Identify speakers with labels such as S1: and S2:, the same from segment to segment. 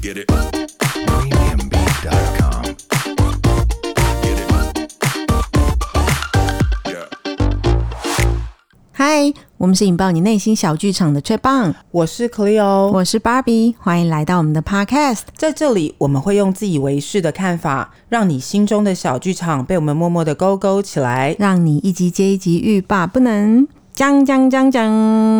S1: Get it. Premiumbeat.com. Get it. Yeah.
S2: 嗨，我们是引爆你内心小剧场的最棒，
S3: 我是 Cleo，
S2: 我是芭比，欢迎来到我们的 Podcast。
S3: 在这里我们会用自以为是的看法，让你心中的小剧场被我们默默的勾勾起来。
S2: 让你一集接一集欲罢不能。将将将将，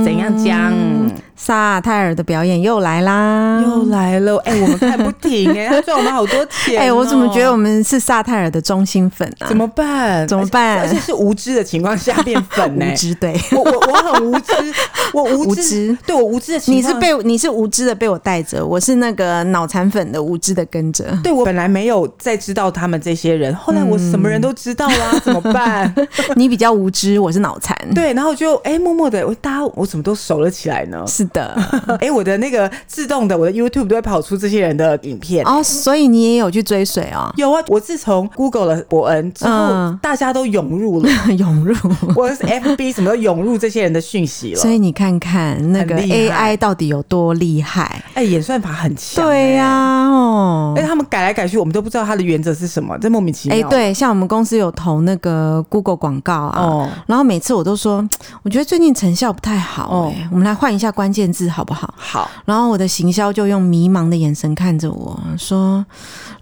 S3: 怎样将
S2: 嗯萨泰尔的表演又来啦！
S3: 又来了，哎、我们看不停哎、他赚我们好多钱、
S2: 哎、我怎么觉得我
S3: 们、
S2: 们是萨泰尔的忠心粉啊？
S3: 怎么办？
S2: 怎么办
S3: 而且而且是无知的情况下变粉呢、哎
S2: 无知？对，
S3: 我我我很无知，我无知，
S2: 无知
S3: 对我无知的情
S2: 你
S3: 况
S2: 是被你是无知的被我带着，我是那个脑残粉的无知的跟着。
S3: 对我本来没有再知道他们这些人，后来我什么人都知道啦、
S2: 嗯
S3: 怎么 办？
S2: 你比较无知，我是脑残。
S3: 对，然后就哎、默默的，我大家我怎么都熟了起来呢？
S2: 是的。
S3: 哎、我的那个自动的，我的 YouTube 都会跑出这些人的影片。
S2: 哦，所以你也有去追随哦，
S3: 有啊，我自从 Google 了伯恩之后，
S2: 嗯
S3: 大家都 涌入 了，
S2: 涌入。
S3: 我的 FB 什么都涌入这些人的讯息了
S2: 所。以你看看那个
S3: 很厉害
S2: AI 到底有多厉害？
S3: 哎、演算法很强、
S2: 对呀、哦
S3: 哎、。他们改来改去，我们都不知道它的原则是什么，这莫名其
S2: 哎、
S3: 妙。，
S2: 对，像我们公司有投那个 Google 广告啊，
S3: 哦
S2: 然后每次我都说，我觉得最近成效不太好、
S3: 哦
S2: 哎我们来换一下关键字好不好？
S3: 好，
S2: 然后我的行销就用迷茫的眼神看着我说：“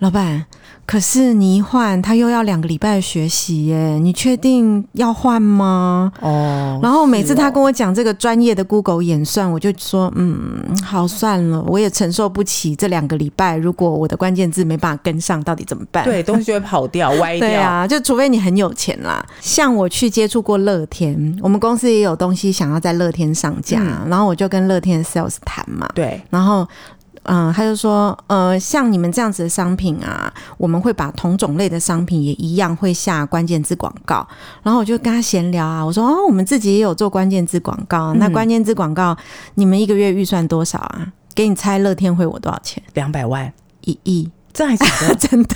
S2: 老板，可是你一换，他又要两个礼拜的学习耶，你确定要换吗？”
S3: 哦
S2: 然后每次他跟我讲这个专业的 Google 演算，我就说嗯，好算了，我也承受不起这两个礼拜，如果我的关键字没办法跟上，到底怎么办？
S3: 对东西就会跑掉、歪掉。
S2: 对啊，就除非你很有钱啦。像我去接触过乐天，我们公司也有东西想要在乐天上架，
S3: 嗯
S2: 然后我就跟乐天的 sales 谈嘛，
S3: 对啊
S2: 然后。嗯、他就说，呃，像你们这样子的商品啊，我们会把同种类的商品也一样会下关键字广告。然后我就跟他闲聊啊，我说哦，我们自己也有做关键字广告啊，那关键字广告你们一个月预算多少啊？给你猜乐天会我多少钱？
S3: 两百万，
S2: 一 亿，
S3: 这还假的？
S2: 真的。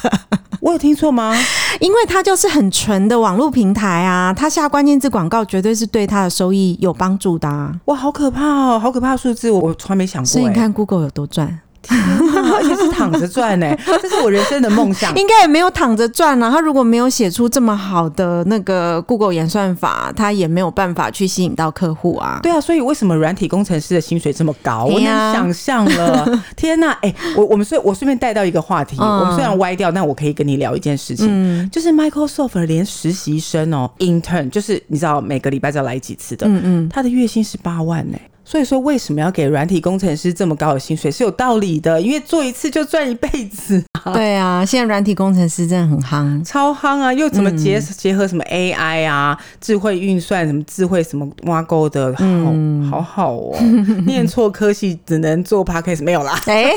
S3: 我有听错吗？
S2: 因为它就是很纯的网络平台啊，它下关键字广告绝对是对它的收益有帮助的啊。
S3: 哇，好可怕哦，好可怕的数字，我我从来没想过、
S2: 所以你
S3: 哎
S2: 看 Google 有多赚，
S3: 而且是躺着赚呢，这是我人生的梦想。
S2: 应该也没有躺着赚啊。它如果没有写出这么好的那个 Google 演算法，它也没有办法去吸引到客户啊。
S3: 对啊，所以为什么软体工程师的薪水这么高？我
S2: 哎呀
S3: 能想象 了。天呐，哎、我我们虽我顺便带到一个话题，
S2: 嗯
S3: 我们虽然歪掉，但我可以跟你聊一件事情，就是 Microsoft 连实习生哦，intern，就是你知道每个礼拜只要来几次的，
S2: 嗯嗯，
S3: 他的月薪是八万呢、所以说，为什么要给软体工程师这么高的薪水是有道理的，因为做一次就赚一辈子，
S2: 对啊，现在软体工程师真的很夯。
S3: 超夯啊！又怎么结、结合什么 AI 啊、智慧运算、什么智慧什么挖沟的，好、好好哦。 念错科系只能做 podcast 没 有啦。
S2: 哎、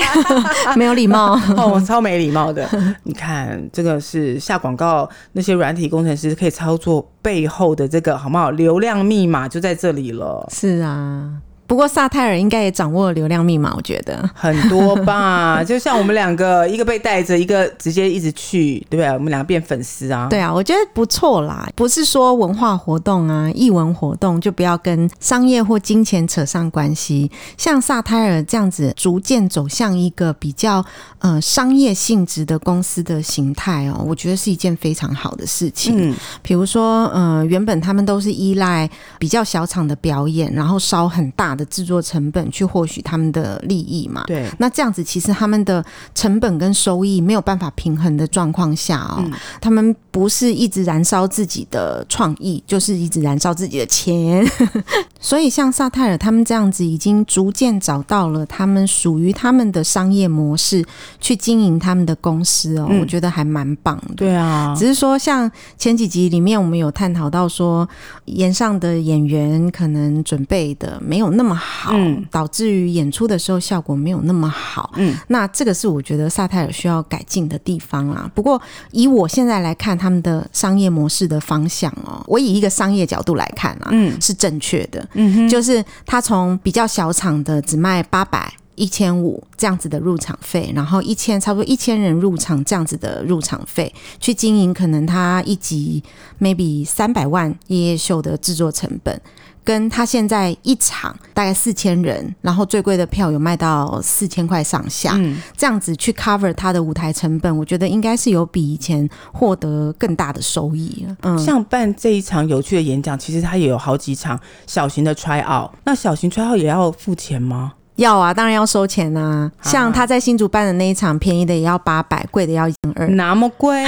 S2: 没有礼貌。
S3: 哦，我超没礼貌的。你看，这个是下广告，那些软体工程师可以操作背后的这个好不好？流量密码就在这里了，
S2: 是啊，不过萨泰尔应该也掌握了流量密码，我觉得。
S3: 很多吧？就像我们两个，一个被带着，一个直接一直去，对不对？我们两个变粉丝啊。
S2: 对啊，我觉得不错啦，不是说文化活动啊、艺文活动就不要跟商业或金钱扯上关系。像萨泰尔这样子，逐渐走向一个比较呃商业性质的公司的形态哦，我觉得是一件非常好的事情。
S3: 嗯，
S2: 比如说，呃，原本他们都是依赖比较小场的表演，然后烧很大的制作成本去获取他们的利益嘛。
S3: 对。
S2: 那这样子，其实他们的成本跟收益没有办法平衡的状况下哦，他们不是一直燃烧自己的创意，就是一直燃烧自己的钱。 所以，像萨泰尔他们这样子，已经逐渐找到了他们属于他们的商业模式，去经营他们的公司哦，
S3: 嗯
S2: 我觉得还蛮棒的。
S3: 对啊，
S2: 只是说，像前几集里面我们有探讨到说，演上的演员可能准备的没有那么好，
S3: 嗯
S2: 导致于演出的时候效果没有那么好。
S3: 嗯，
S2: 那这个是我觉得萨泰尔需要改进的地方啊。不过以我现在来看，他们的商业模式的方向哦，我以一个商业角度来看啊，
S3: 嗯
S2: 是正确的。
S3: 嗯哼，
S2: 就是他从比较小场的只卖八百。一千五这样子的入场费，然后一千差不多一千人入场这样子的入场费，去经营可能他一集 maybe 三百万夜夜秀的制作成本，跟他现在一场大概四千人，然后最贵的票有卖到四千块上下，
S3: 嗯
S2: 这样子去 cover 他的舞台成本，我觉得应该是有比以前获得更大的收益了。嗯，
S3: 像办这一场有趣的演讲，其实它也有好几场小型的 try out。那小型 try out 也要付钱吗？
S2: 要啊，当然要收钱啊。像他在新竹办的那一场，便宜的也要八百，贵的要一千二。
S3: 那么贵，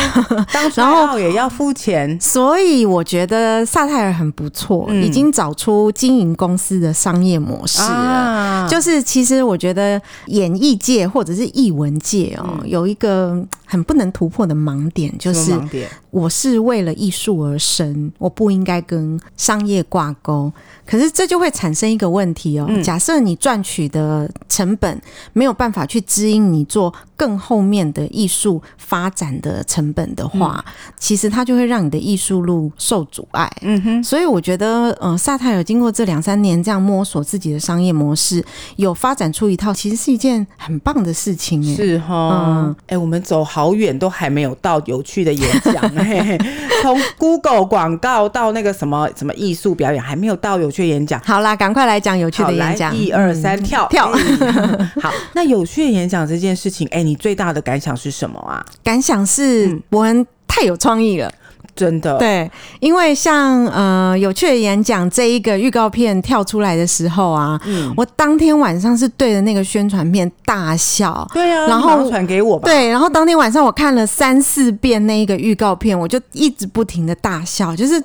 S3: 当啊 try
S2: 嗯 然后
S3: out 也要付钱。
S2: 所以我觉得萨泰尔很不错，
S3: 嗯
S2: 已经找出经营公司的商业模式了。
S3: 啊
S2: 就是其实我觉得演艺界或者是艺文界哦，有一个很不能突破的盲点，就
S3: 嗯什
S2: 是
S3: 么盲点
S2: 我是为了艺术而生，我不应该跟商业挂钩。可是这就会产生一个问题
S3: 嗯
S2: 哦，假设你赚取的成本没有办法去指引你做更后面的艺术发展的成本的话，
S3: 嗯
S2: 其实它就会让你的艺术路受阻碍。嗯哼，所以我觉得，呃，萨泰尔经过这两三年这样摸索自己的商业模式，有发展出一套，其实是一件很棒的事情耶。
S3: 是哈，
S2: 嗯
S3: 哎、我们走好远都还没有到有趣的演讲， 嘿嘿从 Google 广告到那个什么什么艺术表演，还没有到有趣的演讲。
S2: 好啦，赶快来讲有趣
S3: 好，
S2: 的
S3: 来
S2: 演讲。嗯
S3: 一二三，跳
S2: 跳
S3: 哎 好，那有趣的演讲这件事情，哎、你最大的感想是什么啊？
S2: 感想是伯恩太有创意了，
S3: 真的，
S2: 对，因为像呃有趣的演讲这一个预告片跳出来的时候啊，
S3: 嗯
S2: 我当天晚上是对着那个宣传片大笑，
S3: 对
S2: 然
S3: 啊，你马上
S2: 后
S3: 传给我吧。
S2: 对，然后当天晚上我看了三四遍那一个预告片，我就一直不停的大笑，就是。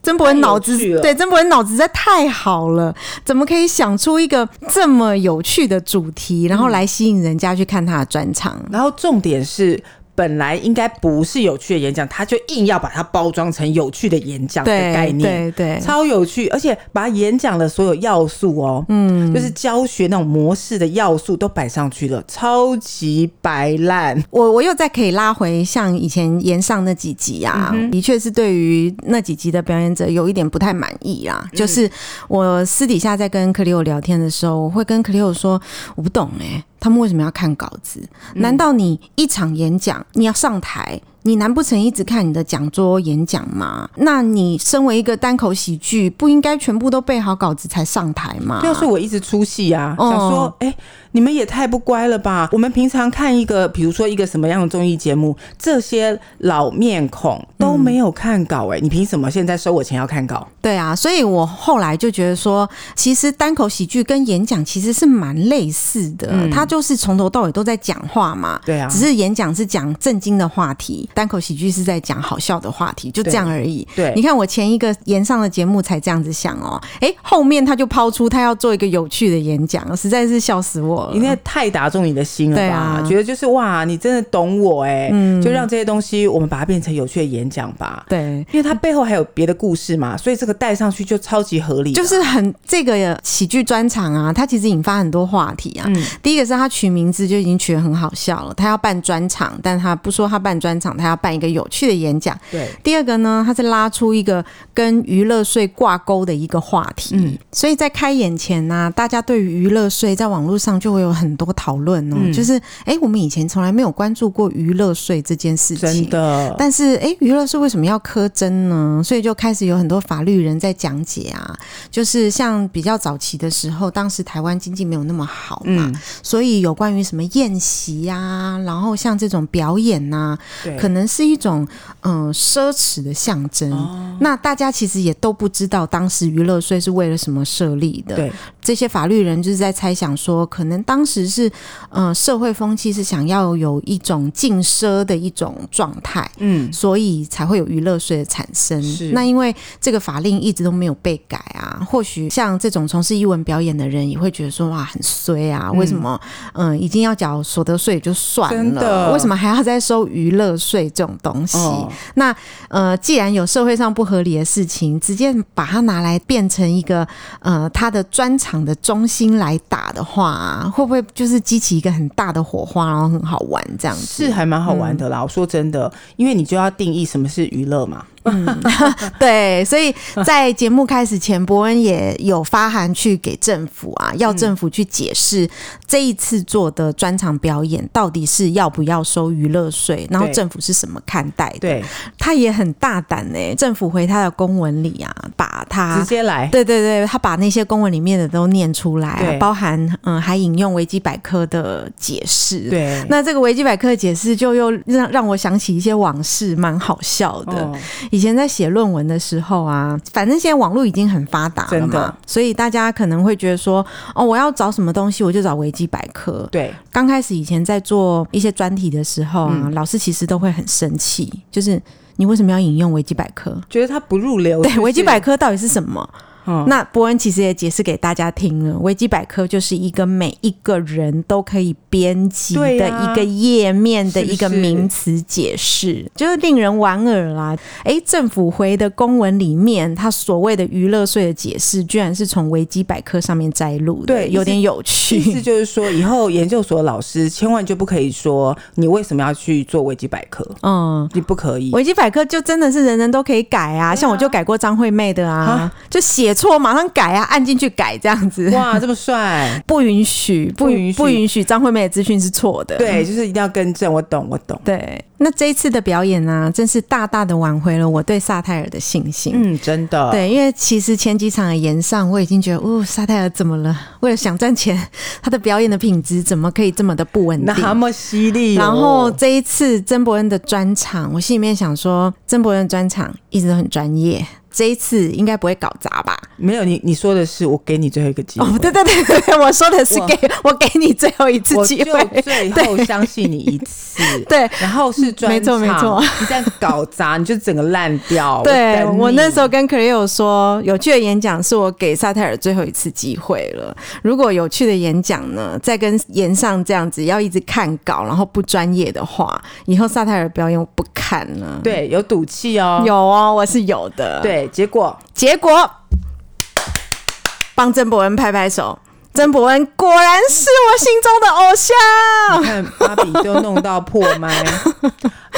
S2: 曾伯恩
S3: 太有
S2: 脑子
S3: 趣了
S2: 对曾伯恩脑子实在太好了，怎么可以想出一个这么有趣的主题，然
S3: 嗯
S2: 后来吸引人家去看他的专场？
S3: 然后重点是。本来应该不是有趣的演讲，他就硬要把它包装成有趣的演讲的
S2: 对
S3: 概
S2: 对
S3: 念。
S2: 对，
S3: 超有趣，而且把演讲的所有要素哦，嗯，就是教学那种模式的要素都摆上去了，超级白烂。
S2: 我我又再可以拉回像以前延上那几集啊，的确是对于那几集的表演者有一点不太满意啦。就是我私底下在跟克里欧聊天的时候，我会跟克里欧说，我不懂哎、他们为什么要看稿子？难道你一场演讲你要上台？你难不成一直看你的讲桌演讲吗？那你身为一个单口喜剧，不应该全部都背好稿子才上台吗？
S3: 要是我一直出戏啊，
S2: 哦
S3: 想说，哎、你们也太不乖了吧！我们平常看一个，比如说一个什么样的综艺节目，这些老面孔都没有看稿、哎、你凭什么现在收我钱要看稿？
S2: 对啊，所以我后来就觉得说，其实单口喜剧跟演讲其实是蛮类似的，
S3: 嗯
S2: 它就是从头到尾都在讲话嘛。
S3: 对啊
S2: 只是演讲是讲正经的话题，单口喜剧是在讲好笑的话题，就这样而已。
S3: 对
S2: 你看我前一个演上的节目才这样子想哦，诶，后面他就抛出他要做一个有趣的演讲，实在是笑死我了。
S3: 应该太打中你的心了吧？
S2: 对啊嗯
S3: 觉得就是哇，你真的懂我哎、就让这些东西我们把它变成有趣的演讲吧。
S2: 对，
S3: 因为它背后还有别的故事嘛，所以这个带上去就超级合理了。
S2: 就是很这个喜剧专场啊，它其实引发很多话题啊。
S3: 嗯
S2: 第一个是他取名字就已经取得很好笑了，他要办专场，但他不说他办专场，他要办一个有趣的演讲。
S3: 对，
S2: 第二个呢，他是拉出一个跟娱乐税挂钩的一个话题，
S3: 嗯
S2: 所以在开演前呢、大家对于娱乐税在网络上就会有很多讨论哦，
S3: 嗯
S2: 就是哎、诶我们以前从来没有关注过娱乐税这件事情，
S3: 真的。
S2: 但是，诶，娱乐是为什么要苛征呢？所以就开始有很多法律人在讲解啊，就是像比较早期的时候，当时台湾经济没有那么好嘛，所以有关于什么宴席啊，然后像这种表演呐、
S3: 对
S2: 可能是一种嗯、呃奢侈的象征。那大家其实也都不知道当时娱乐税是为了什么设立的，
S3: 对，
S2: 这些法律人就是在猜想说，可能当时是呃社会风气是想要有一种禁奢的一种状态，
S3: 嗯，
S2: 所以才会有娱乐税的产生
S3: 是。
S2: 那因为这个法令一直都没有被改啊，或许像这种从事艺文表演的人也会觉得说哇很衰啊，为什么嗯、呃已经要缴所得税也就算
S3: 真的
S2: 了，为什么还要再收娱乐税这种东西？
S3: 哦，
S2: 那呃，既然有社会上不合理的事情，直接把它拿来变成一个呃他的专场的中心来打的话、会不会就是激起一个很大的火花，然后很好玩这样子？嗯
S3: 是还蛮好玩的啦。我说真的，因为你就要定义什么是娱乐嘛。
S2: 对，所以在节目开始前，伯恩也有发函去给政府啊，
S3: 嗯
S2: 要政府去解释这一次做的专场表演到底是要不要收娱乐税，然后
S3: 对
S2: 政府是什么看待的。
S3: 对，
S2: 他也很大胆呢、政府回他的公文里啊，把他
S3: 直接来，
S2: 对对对，他把那些公文里面的都念出来、啊
S3: 对，
S2: 包含嗯、呃还引用维基百科的解释。，
S3: 对，
S2: 那这个维基百科的解释就又让让我想起一些往事，蛮好笑的。
S3: 哦
S2: 以前在写论文的时候啊，反正现在网络已经很发达了
S3: 真
S2: 嘛
S3: 的，
S2: 所以大家可能会觉得说，哦，我要找什么东西，我就找维基百科。
S3: 对，
S2: 刚开始以前在做一些专题的时候啊，
S3: 嗯
S2: 老师其实都会很生气，就是你为什么要引用维基百科？
S3: 觉得它不入流，
S2: 对，维基百
S3: 科，
S2: 科到底是什么？
S3: 嗯，
S2: 那伯恩其实也解释给大家听了，维基百科就是一个每一个人都可以编辑的
S3: 对啊呀
S2: 一个页面的一个
S3: 是不是
S2: 名词解释，就是令人莞尔啦。诶，政府回的公文里面，他所谓的娱乐税的解释，居然是从维基百科上面摘录的，
S3: 对意思
S2: 有点有
S3: 意思
S2: 趣。
S3: 就是说，以后研究所老师千万就不可以说你为什么要去做维基百科，
S2: 嗯，
S3: 你不可以。
S2: 维基百科就真的是人人都可以改啊，像我就改过张惠妹的啊
S3: 啊，
S2: 就写错马上改啊，按进去改这样 子。
S3: 哇，这么帅！
S2: 不允许，不
S3: 不
S2: 允
S3: 允许
S2: 不允许张惠妹的资讯是错的。
S3: 对，就是一定要更正。我懂，我懂。
S2: 对，那这一次的表演呢、真是大大的挽回了我对萨泰尔的信心。
S3: 嗯，真的。，
S2: 对，因为其实前几场的演上，我已经觉得，哦，萨泰尔怎么了？为了想赚钱， 他的表演的品质怎么可以这么的不稳
S3: 那
S2: 定？
S3: 么犀利哦、
S2: 然后这一次曾伯恩的专场，我心里面想说，曾伯恩的专场一直都很专业，这一次应该不会搞砸吧？
S3: 没有你，你说的是我给你最后一个机会，
S2: 哦，对对对对，对我说的是
S3: 我
S2: 给我给你最后一次
S3: 我
S2: 机
S3: 就
S2: 会，
S3: 最后相信你一次。
S2: 对，
S3: 然后是专
S2: 没错没
S3: 场
S2: 错，
S3: 你这样搞砸，你就整个烂掉。
S2: 对
S3: 我
S2: 我那时
S3: 候
S2: 候跟 Cleo 说，有趣的演讲是我给萨泰尔最后一次机会了。如果有趣的演讲呢，再跟演上这样子，要一直看稿，然后不专业的话，以后萨泰尔表演我不看了。，
S3: 对有赌气哦，
S2: 有哦，我是有的。，
S3: 对，结果
S2: 结果帮曾伯恩拍拍手。曾伯恩果然是我心中的偶像，
S3: 你看芭比就弄到破麦，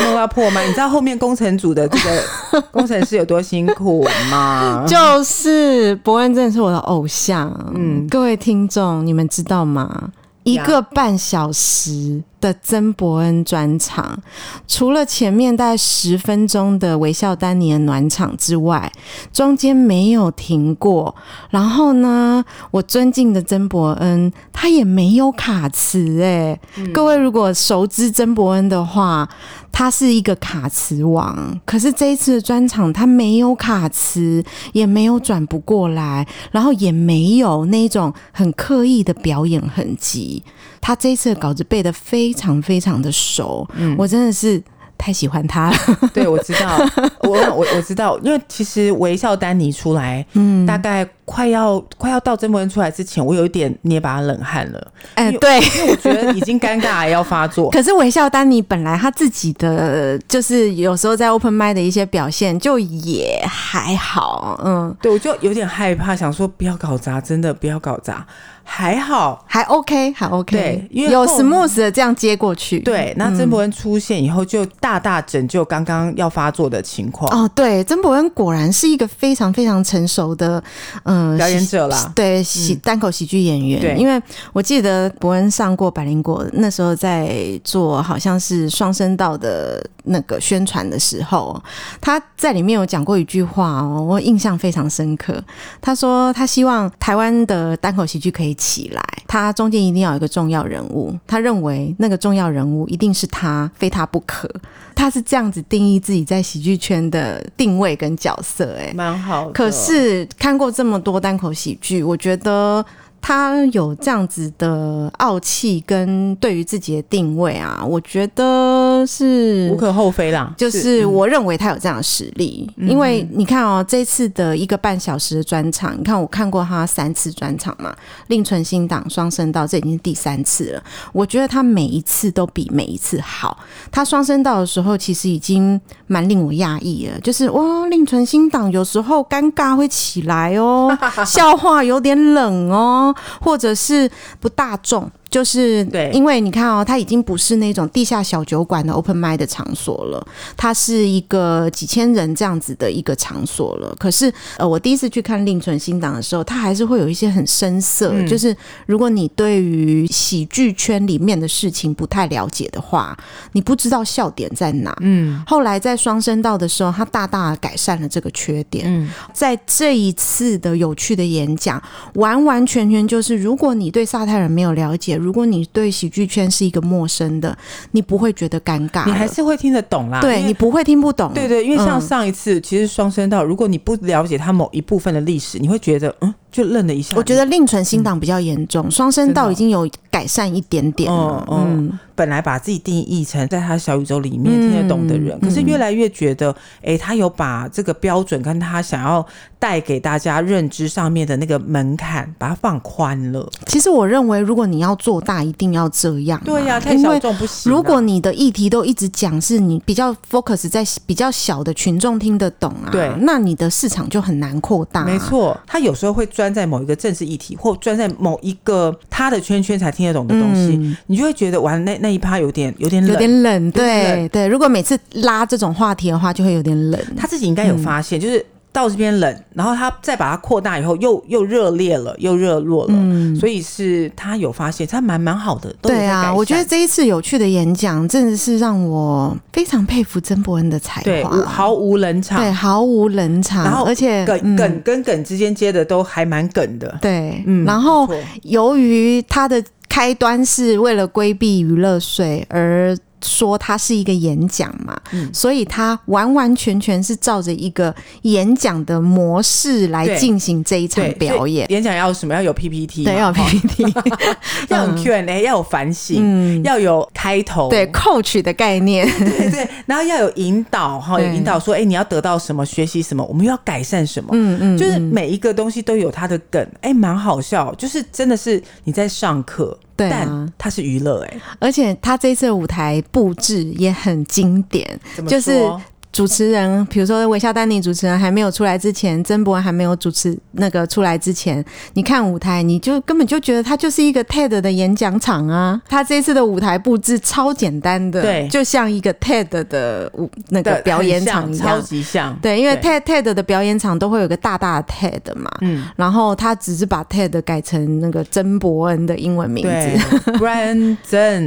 S3: 弄到破麦。你知道后面工程组的这个工程师有多辛苦吗？
S2: 就是伯恩真的是我的偶像。嗯，各位听众，你们知道吗？一
S3: 呀
S2: 个半小时的曾伯恩专场，除了前面大概十分钟的微笑丹尼的暖场之外，中间没有停过。然后呢，我尊敬的曾伯恩他也没有卡词哎、
S3: 嗯
S2: 各位如果熟知曾伯恩的话，他是一个卡词王，可是这一次的专场他没有卡词，也没有转不过来，然后也没有那种很刻意的表演痕迹。他这一次的稿子背得非常非常的熟，
S3: 嗯
S2: 我真的是太喜欢 他了。
S3: 对，我知道，我我我知道，因为其实微笑丹尼出来，
S2: 嗯
S3: 大概快要快要到曾伯恩出来之前，我有一点捏把冷汗了，
S2: 哎、
S3: 因为
S2: 对。
S3: 因为我觉得已经尴尬要 发作。
S2: 可是微笑丹尼本来他自己的就是有时候在 open m i 的一些表现就也还好，嗯，
S3: 对，我就有点害怕，想说不要搞砸，真的不要搞砸。还好，
S2: 还 OK，还 OK，
S3: 对因为
S2: 有
S3: 后
S2: smooth 的这样接过去，
S3: 对，那曾伯恩出现以后，就大大拯救刚刚要发作的情况。
S2: 哦，对，曾伯恩果然是一个非常非常成熟的，嗯、呃，
S3: 表演
S2: 喜
S3: 者啦，嗯
S2: 对喜、单口喜剧演员。
S3: 对
S2: 因为我记得伯恩上过百灵果，那时候在做好像是双声道的那个宣传的时候，他在里面有讲过一句话哦，我印象非常深刻。他说他希望台湾的单口喜剧可以起来，他中间一定要有一个重要人物，他认为那个重要人物一定是他，非他不可。他是这样子定义自己在喜剧圈的定位跟角色、欸，
S3: 蛮好的。
S2: 可是看过这么多单口喜剧，我觉得他有这样子的傲气跟对于自己的定位啊，我觉得是
S3: 无可嗯厚非啦，
S2: 就是我认为他有这样的实力，因
S3: 嗯
S2: 为你看哦，这次的一个半小时的专场，你看我看过他三次专场嘛，另存新档、双声道，这已经是第三次了。我觉得他每一次都比每一次好。他双声道的时候，其实已经蛮令我讶异了，就是哇，另存新档有时候尴尬会起来哦，笑话有点冷哦，或者是不大众。就是
S3: 对
S2: 因为你看哦，它已经不是那种地下小酒馆的 open m i 的场所了，它是一个几千人这样子的一个场所了。可是呃，我第一次去看另存新档的时候，它还是会有一些很深色，就是如果你对于喜剧圈里面的事情不太了解的话，你不知道笑点在哪。嗯，后来在双声道的时候，它大大地改善了这个缺点。
S3: 嗯，
S2: 在这一次的有趣的演讲，完完全全就是，如果你对撒泰尔没有了解，如果你对喜剧圈是一个陌生的，你不会觉得尴尬了，
S3: 你还是会听得懂啦。
S2: 对
S3: 因为
S2: 你不会听不懂，
S3: 对对，因为像
S2: 嗯
S3: 上一次，其实双声道，如果你不了解它某一部分的历史，你会觉得嗯，就愣了一下。
S2: 我觉得另存新档比较严重，双声道已经有改善一点点了
S3: 哦。哦
S2: 嗯，
S3: 本来把自己定义成在他小宇宙里面听得懂的人，
S2: 嗯
S3: 可是越来越觉得，哎、他有把这个标准跟他想要带给大家认知上面的那个门槛，把它放宽了。
S2: 其实我认为，如果你要做大，一定要这样啊。
S3: 对呀、太
S2: 因
S3: 小
S2: 为
S3: 众不行啊、
S2: 如果你的议题都一直讲是你比较 focus 在比较小的群众听得懂啊，
S3: 对
S2: 那你的市场就很难扩大、啊
S3: 没，错，他有时候会钻在某一个政治议题，或钻在某一个他的圈圈才听得懂的东西，
S2: 嗯
S3: 你就会觉得完那那一趴有点有点冷。
S2: 有点冷，对
S3: 冷
S2: 对。如果每次拉这种话题的话，就会有点冷。
S3: 他自己应
S2: 嗯
S3: 该有发现，就是到这边冷，然后他再把它扩大以后，又又热烈了，又热络了，所以是他有发现，他蛮蛮好的。都有
S2: 嗯对
S3: 在改
S2: 啊，
S3: 善
S2: 我觉得这一次有趣的演讲，真的是让我非常佩服曾伯恩的才
S3: 对，
S2: 华，
S3: 无毫无冷场，
S2: 对，毫无冷
S3: 然
S2: 场，
S3: 后
S2: 而且
S3: 梗梗跟梗之间接的都还蛮梗的。
S2: 对，
S3: 嗯
S2: 然后
S3: 不错
S2: 由于他的开端是为了规避娱乐税而。说他是一个演讲嘛，
S3: 嗯
S2: 所以他完完全全是照着一个演讲的模式来
S3: 对
S2: 进行这一场
S3: 对
S2: 表演，
S3: 演讲要什么？要有 PPT，
S2: 对，
S3: 嘛
S2: 要有 PPT，
S3: 要有 Q&A，要有反省，要有开头，
S2: 嗯对 coach 的概念，
S3: 对对，然后要有引导哈，有
S2: 对
S3: 引导说，哎、你要得到什么，学习什么，我们又要改善什么，
S2: 嗯嗯，
S3: 就是每一个东西都有它的梗，哎、蛮好笑，就是真的是你在上课，
S2: 对啊
S3: 但它是娱乐，哎，
S2: 而且他这次的舞台布置也很经典，
S3: 怎么
S2: 就是
S3: 说
S2: 主持人，比如说微笑丹尼主持人还没有出来之前，曾博文还没有主持那个出来之前，你看舞台，你就根本就觉得他就是一个 TED 的演讲场啊。他这次的舞台布置超简单的，
S3: 对
S2: 就像一个 TED 的舞那个
S3: 的
S2: 表演
S3: 很像
S2: 场一
S3: 超
S2: 样。
S3: 级像，
S2: 对，因为 TED TED 的表演场都会有个大大的 TED 嘛，
S3: 嗯
S2: 然后他只是把 TED 改成那个曾伯恩的英文名
S3: 对
S2: 字，
S3: Brandon，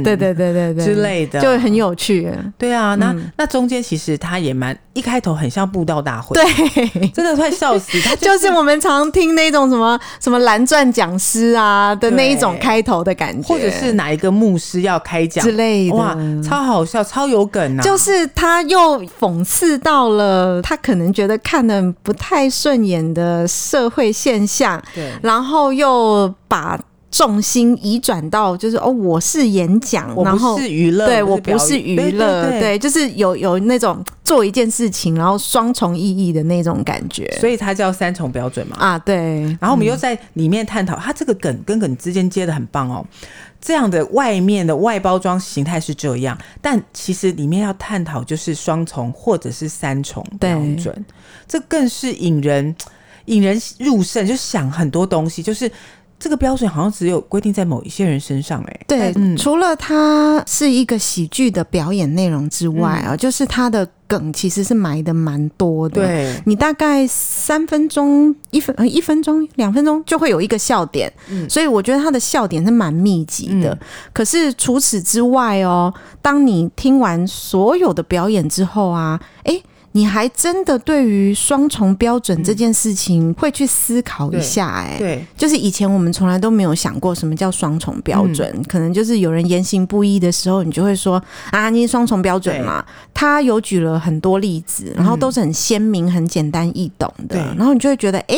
S2: 对对对对对
S3: 之类的，
S2: 就嗯很有趣。
S3: 对啊，那、那中间其实它也蛮一开头很像布道大会，
S2: 对，
S3: 真的快 笑死， 它
S2: 就是是我们常听那种什么什么蓝钻讲师啊的
S3: 对
S2: 那一种开头的感觉，
S3: 或者是哪一个牧师要开讲
S2: 之类的。
S3: 哇，超好笑，超有梗啊！
S2: 就是他又讽刺到了他可能觉得看的不太顺眼的社会现象，
S3: 对
S2: 然后又把重心移转到就是哦，我是演讲，
S3: 我
S2: 然后
S3: 不是娱乐，
S2: 对我
S3: 表
S2: 不是
S3: 演
S2: 娱乐，
S3: 对对对
S2: 就是有有那种做一件事情然后双重意义的那种感觉
S3: 所以它叫三重标准嘛。
S2: 啊，对，
S3: 然后我们又在里面探讨，它这个梗跟梗之间接的很棒哦。这样的外面的外包装形态是这样，但其实里面要探讨就是双重或者是三重标准，这更是引人引人入胜，就想很多东西，就是这个标准好像只有规定在某一些人身上、哎，
S2: 对，
S3: 嗯
S2: 除了它是一个喜剧的表演内容之外啊，就是它的梗其实是埋的蛮多的。，
S3: 嗯对，
S2: 你大概三分钟、一分呃一分钟、两分钟就会有一个笑点，
S3: 嗯
S2: 所以我觉得它的笑点是蛮密集的。
S3: 嗯
S2: 可是除此之外哦，当你听完所有的表演之后啊，诶，你还真的对于双重标准这件事情会去思考一
S3: 嗯对
S2: 下、诶。
S3: 对，
S2: 就是以前我们从来都没有想过什么叫双重标准，可能就是有人言行不一的时候，你就会说啊，你是双重标准嘛。他有举了很多例子，然后都是很鲜明、很简单易懂的
S3: 对，
S2: 嗯然后你就会觉得，诶，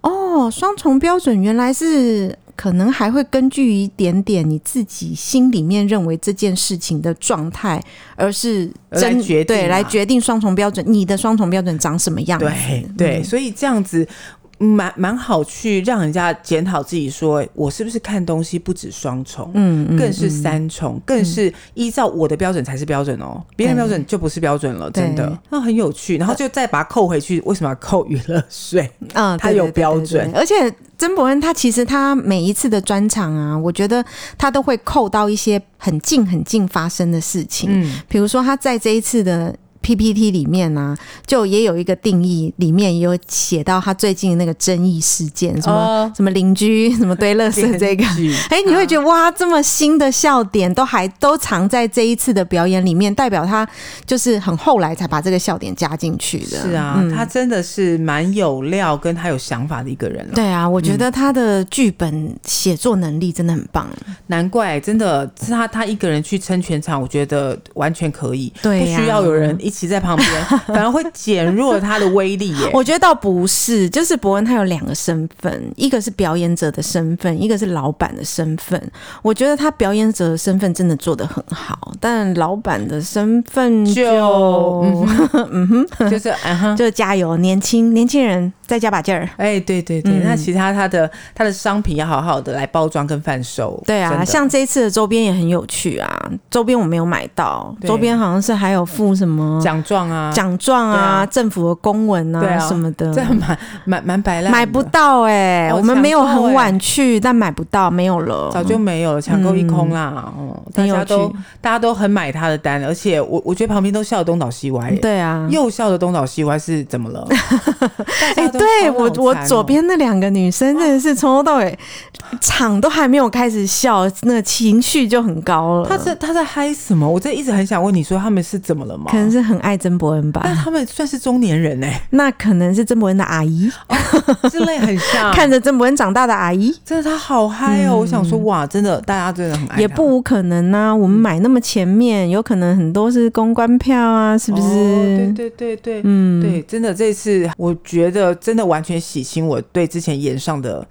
S2: 哦，双重标准原来是。可能还会根据一点点你自己心里面认为这件事情的状态，而是
S3: 而
S2: 真
S3: 来决定
S2: 对来
S3: 嘛
S2: 决定双重标准，你的双重标准长什么样子？嗯
S3: 对对，所以这样子。蛮蛮好去让人家检讨自己说，诶我是不是看东西不止双重，
S2: 嗯嗯，
S3: 更是三重，更是依照我的标准才是标准哦，别人标准就不是标准了，
S2: 对
S3: 真的，那很有趣。然后就再把它扣回去，为什么要扣娱乐税？
S2: 嗯，
S3: 他
S2: 对
S3: 有
S2: 对对
S3: 标
S2: 对对
S3: 准
S2: 而且曾伯恩他其实他每一次的专场啊，我觉得他都会扣到一些很近很近发生的事情，
S3: 嗯，
S2: 比如说他在这一次的 PPT 里面呢、就也有一个定义，里面也有写到他最近那个争议事件，什么、
S3: 哦
S2: 什么邻居什么堆垃圾这个。
S3: 是
S2: 哎、你会觉得哇，这么新的笑点都还都藏在这一次的表演里面，代表他就是很后来才把这个笑点加进去的。
S3: 是啊，他真的是蛮有料，跟他有想法的一个人了。
S2: 对啊，我觉得他的剧本写作能力真的很棒。
S3: 难怪真的是他，他一个人去撑全场，我觉得完全可以，
S2: 对
S3: 不
S2: 呀
S3: 需要有人一起在 旁边，反而会减弱他的威力耶。
S2: 我觉得倒不是，就是伯恩他有两个身份，一个是表演者的身份，一个是老板的身份。我觉得他表演者的身份真的做得很好，但老板的身份就
S3: 就嗯哼，就是嗯 哼，
S2: 就加油，年轻年轻人再加把劲儿。
S3: 哎，对对对，
S2: 嗯
S3: 那其他他的他的商品要好好的来包装跟贩售。
S2: 对
S3: 真
S2: 啊，
S3: 的
S2: 像这一次的周边也很有趣啊，周边我没有买到，
S3: 对
S2: 周边好像是还有附什么
S3: 奖状啊，
S2: 奖状啊、
S3: 对啊
S2: 政府的公文
S3: 对啊
S2: 什么的，
S3: 这蛮蛮蛮白烂的，
S2: 买不到哎、
S3: 哦
S2: 我们没有
S3: 抢购
S2: 很
S3: 欸
S2: 晚去，但买不到，没有了。
S3: 早就没有了，抢购一空啦。哦，大
S2: 很有
S3: 家都
S2: 趣
S3: 大家都很买他的单，而且我我觉得旁边都笑得东倒西歪耶。
S2: 对啊，
S3: 哎又笑的东倒西歪是怎么 了？哎
S2: 哎、对我我
S3: 哦
S2: 左边那两个女生真的是从头到尾场都还没有开始笑，那个情绪就很高了。
S3: 他在他在嗨什么？我这一直很想问你说他们是怎么了吗
S2: 可？能是很爱曾伯恩
S3: 但
S2: 吧，
S3: 他们算是中年人 哎、
S2: 那可能是曾伯恩的阿姨，
S3: 之类很像。
S2: 看着曾伯恩长大的阿姨。
S3: 真的他好嗨哦！我想说哇，真的大家真的很爱他
S2: 也不无可能呐、我们买那么前面，有可能很多是公关票啊，是不是？
S3: 哦、对对对对，
S2: 嗯，
S3: 对，真的这次我觉得真的完全洗清我对之前演 上的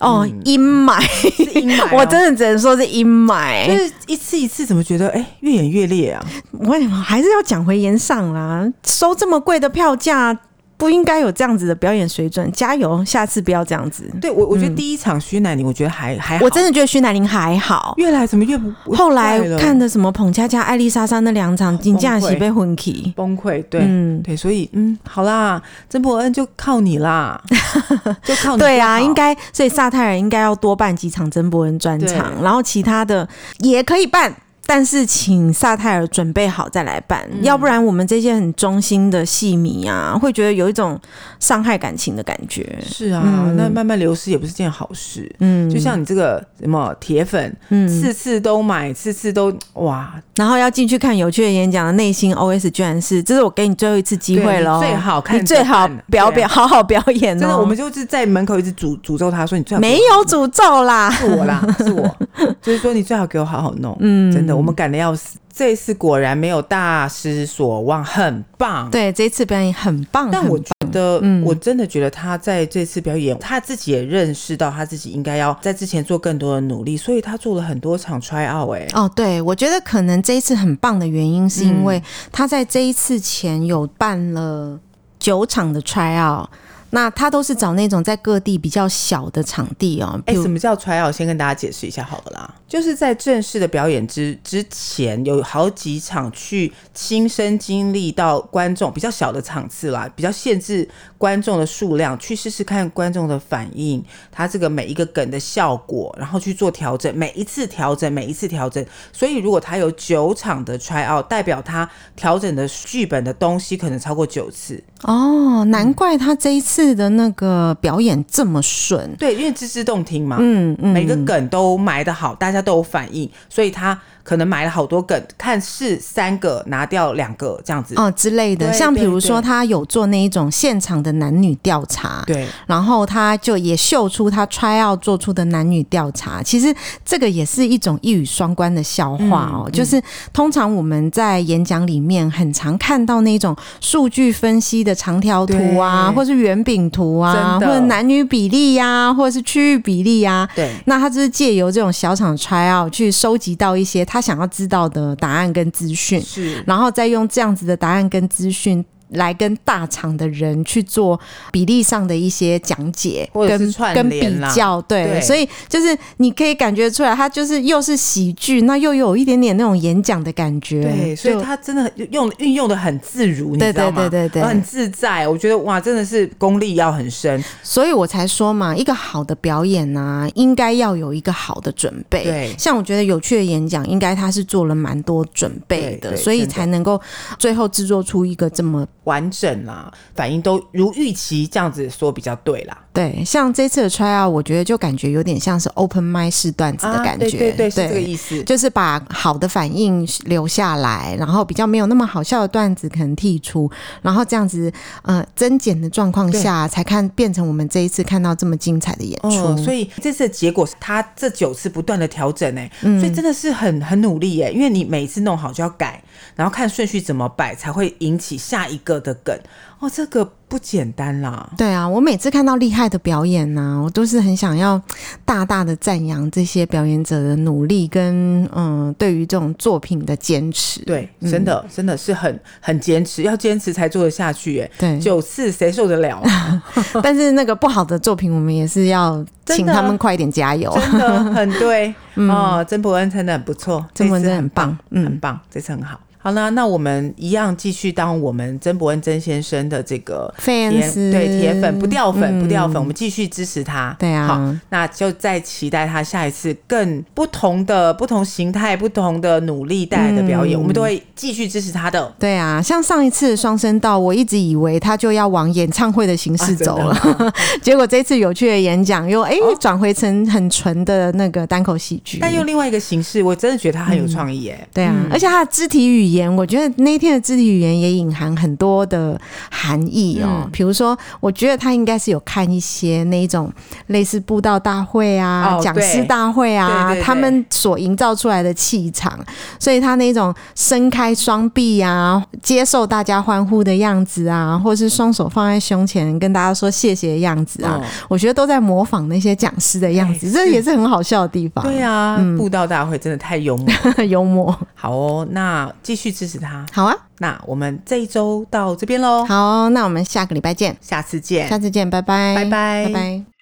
S2: 哦，阴霾，
S3: 是阴霾哦、
S2: 我真的只能说是阴霾。
S3: 就是一次一次怎么觉得哎、越演越烈啊？
S2: 我也还是要讲回延上啦，收这么贵的票价，不应该有这样子的表演水准。加油，下次不要这样子。
S3: 对我我觉得第一场徐乃宁我觉得还还
S2: 嗯
S3: 好，
S2: 我真的觉得徐乃麟还好，
S3: 越来怎么越不
S2: 后来
S3: 越怪了
S2: 看的什么彭佳佳、艾丽莎莎那两场，金价喜
S3: 崩溃
S2: 被混起。
S3: 崩溃，对。
S2: 嗯，
S3: 对，所以嗯，好啦，曾伯恩就靠你啦，就靠你就好。
S2: 对啊，应该所以萨泰尔应该要多办几场曾伯恩专场，
S3: 对
S2: 然后其他的也可以办。但是请萨泰尔准备好再来办，
S3: 嗯
S2: 要不然我们这些很忠心的戏迷啊，会觉得有一种伤害感情的感觉。
S3: 是啊，
S2: 嗯
S3: 那慢慢流失也不是件好事。
S2: 嗯，
S3: 就像你这个什么铁粉，
S2: 嗯
S3: 次次都买，次次都哇，
S2: 然后要进去看有趣的演讲的内心 OS，居然是这是我给你最后一次机会了，哦
S3: 对你最好看
S2: 你最好
S3: 着办
S2: 表
S3: 对啊
S2: 表好好表演哦。
S3: 真的，我们就是在门口一直诅诅咒他说你最好
S2: 没有诅咒啦，
S3: 是我啦，是我，就是说你最好给我好好弄。
S2: 嗯，
S3: 真的，我们赶的要死。这一次果然没有大失所望，很棒。
S2: 对这一次表演很棒，
S3: 但
S2: 很
S3: 我觉得，
S2: 嗯
S3: 我真的觉得他在这次表演，他自己也认识到他自己应该要在之前做更多的努力，所以他做了很多场 try out、哎，
S2: 哦，对，我觉得可能这一次很棒的原因，是因
S3: 嗯
S2: 为他在这一次前有办了九场的 try out，那他都是找那种在各地比较小的场地哦，
S3: 哎、
S2: 比如
S3: 什么叫 try out？先跟大家解释一下好了啦，就是在正式的表演之之前，有好几场去亲身经历到观众比较小的场次啦，比较限制观众的数量，去试试看观众的反应，他这个每一个梗的效果，然后去做调整，每一次调整，每一次调整。所以如果他有九场的 try out，代表他调整的剧本的东西可能超过九次。
S2: 哦，难怪他这一次的那个表演这么顺，
S3: 对，因为知之动听嘛，
S2: 嗯嗯，
S3: 每个梗都埋得好，大家都有反应，所以他可能埋了好多梗，看是三个拿掉两个这样子。
S2: 哦之类的，
S3: 对
S2: 像比
S3: 对
S2: 如说
S3: 对
S2: 他有做那一种现场的男女调查，
S3: 对，
S2: 然后他就也秀出他 try out 做出的男女调查，其实这个也是一种一语双关的笑话
S3: 嗯
S2: 哦，就是通常我们在演讲里面很常看到那种数据分析的长条图啊，
S3: 对
S2: 或是圆饼图啊，或
S3: 真的
S2: 者男女比例呀、或者是区域比例呀、
S3: 对
S2: 那他就是借由这种小场 try out 去收集到一些他想要知道的答案跟资讯，
S3: 是
S2: 然后再用这样子的答案跟资讯来跟大厂的人去做比例上的一些讲解，
S3: 或者是
S2: 跟
S3: 串
S2: 跟比
S3: 联啦
S2: 较，对，
S3: 对
S2: 所以就是你可以感觉出来，它就是又是喜剧，那又有一点点那种演讲的感觉，
S3: 对，所以
S2: 就
S3: 他真的用运用的很自如，你
S2: 对
S3: 知道吗？
S2: 对对对对
S3: 然后很自在。我觉得哇，真的是功力要很深。
S2: 所以我才说嘛，一个好的表演啊，应该要有一个好的准备。
S3: 对
S2: 像我觉得有趣的演讲，应该他是做了蛮多准备
S3: 对对
S2: 的，所以
S3: 真的
S2: 才能够最后制作出一个这么
S3: 完整啦，反应都如预期，这样子说比较对啦。
S2: 对。像这次的 try out，我觉得就感觉有点像是 open m i 试段子的感觉，
S3: 啊、对对对，是这个意思。
S2: 就是把好的反应留下来，然后比较没有那么好笑的段子可能剔除，然后这样子呃增减的状况下，才看变成我们这一次看到这么精彩的演出。
S3: 哦，所以这次的结果是他这九次不断的调整哎、
S2: 嗯
S3: 所以真的是很很努力哎、因为你每次弄好就要改，然后看顺序怎么摆才会引起下一个的梗哦，这个不简单啦。
S2: 对啊，我每次看到厉害的表演呢、我都是很想要大大的赞扬这些表演者的努力跟嗯、呃对于这种作品的坚持。
S3: 对，真的、真的是很很坚持，要坚持才做得下去哎、
S2: 对，
S3: 九次谁受得了、啊？
S2: 但是那个不好的作品，我们也是要
S3: 真
S2: 请
S3: 的啊
S2: 他们快一点加油。
S3: 真的很 对、哦，曾伯恩真的很不错，
S2: 嗯曾伯恩
S3: 这
S2: 真
S3: 次
S2: 的很棒嗯
S3: 很棒，这次很好。好啦，那我们一样继续当我们曾伯恩曾先生的这个
S2: 费恩
S3: 铁
S2: 斯
S3: 对铁粉不掉粉
S2: 嗯
S3: 不掉粉，我们继续支持他。
S2: 对啊
S3: 好，那就再期待他下一次更不同的不同形态、不同的努力带来的表
S2: 嗯
S3: 演，我们都会继续支持他的。
S2: 对啊，像上一次双声道，我一直以为他就要往演唱会的形式走了，
S3: 啊真 哦
S2: 结果这次有趣的演讲又哎转、回成很纯的那个单口喜剧。
S3: 但用另外一个形式，我真的觉得他很有创意耶。
S2: 对啊，而且他的肢体语言，我觉得那一天的肢体语言也隐含很多的含义哦。
S3: 嗯
S2: 比如说，我觉得他应该是有看一些那一种类似布道大会啊
S3: 哦、
S2: 讲、师大会啊，
S3: 对对对
S2: 他们所营造出来的气场，所以他那种伸开双臂啊，接受大家欢呼的样子啊，或是双手放在胸前跟大家说谢谢的样子啊，
S3: 嗯
S2: 我觉得都在模仿那些讲师的样子，
S3: 哎
S2: 这
S3: 是
S2: 也是很好嗯笑的地方，
S3: 对啊，布道大会真的太幽默了。
S2: 幽默。
S3: 好哦，那继续支持他。
S2: 好啊，
S3: 那我们这一周到这边喽，
S2: 好，那我们下个礼拜见。
S3: 下次见，
S2: 下次见，拜拜，
S3: 拜拜
S2: 拜拜。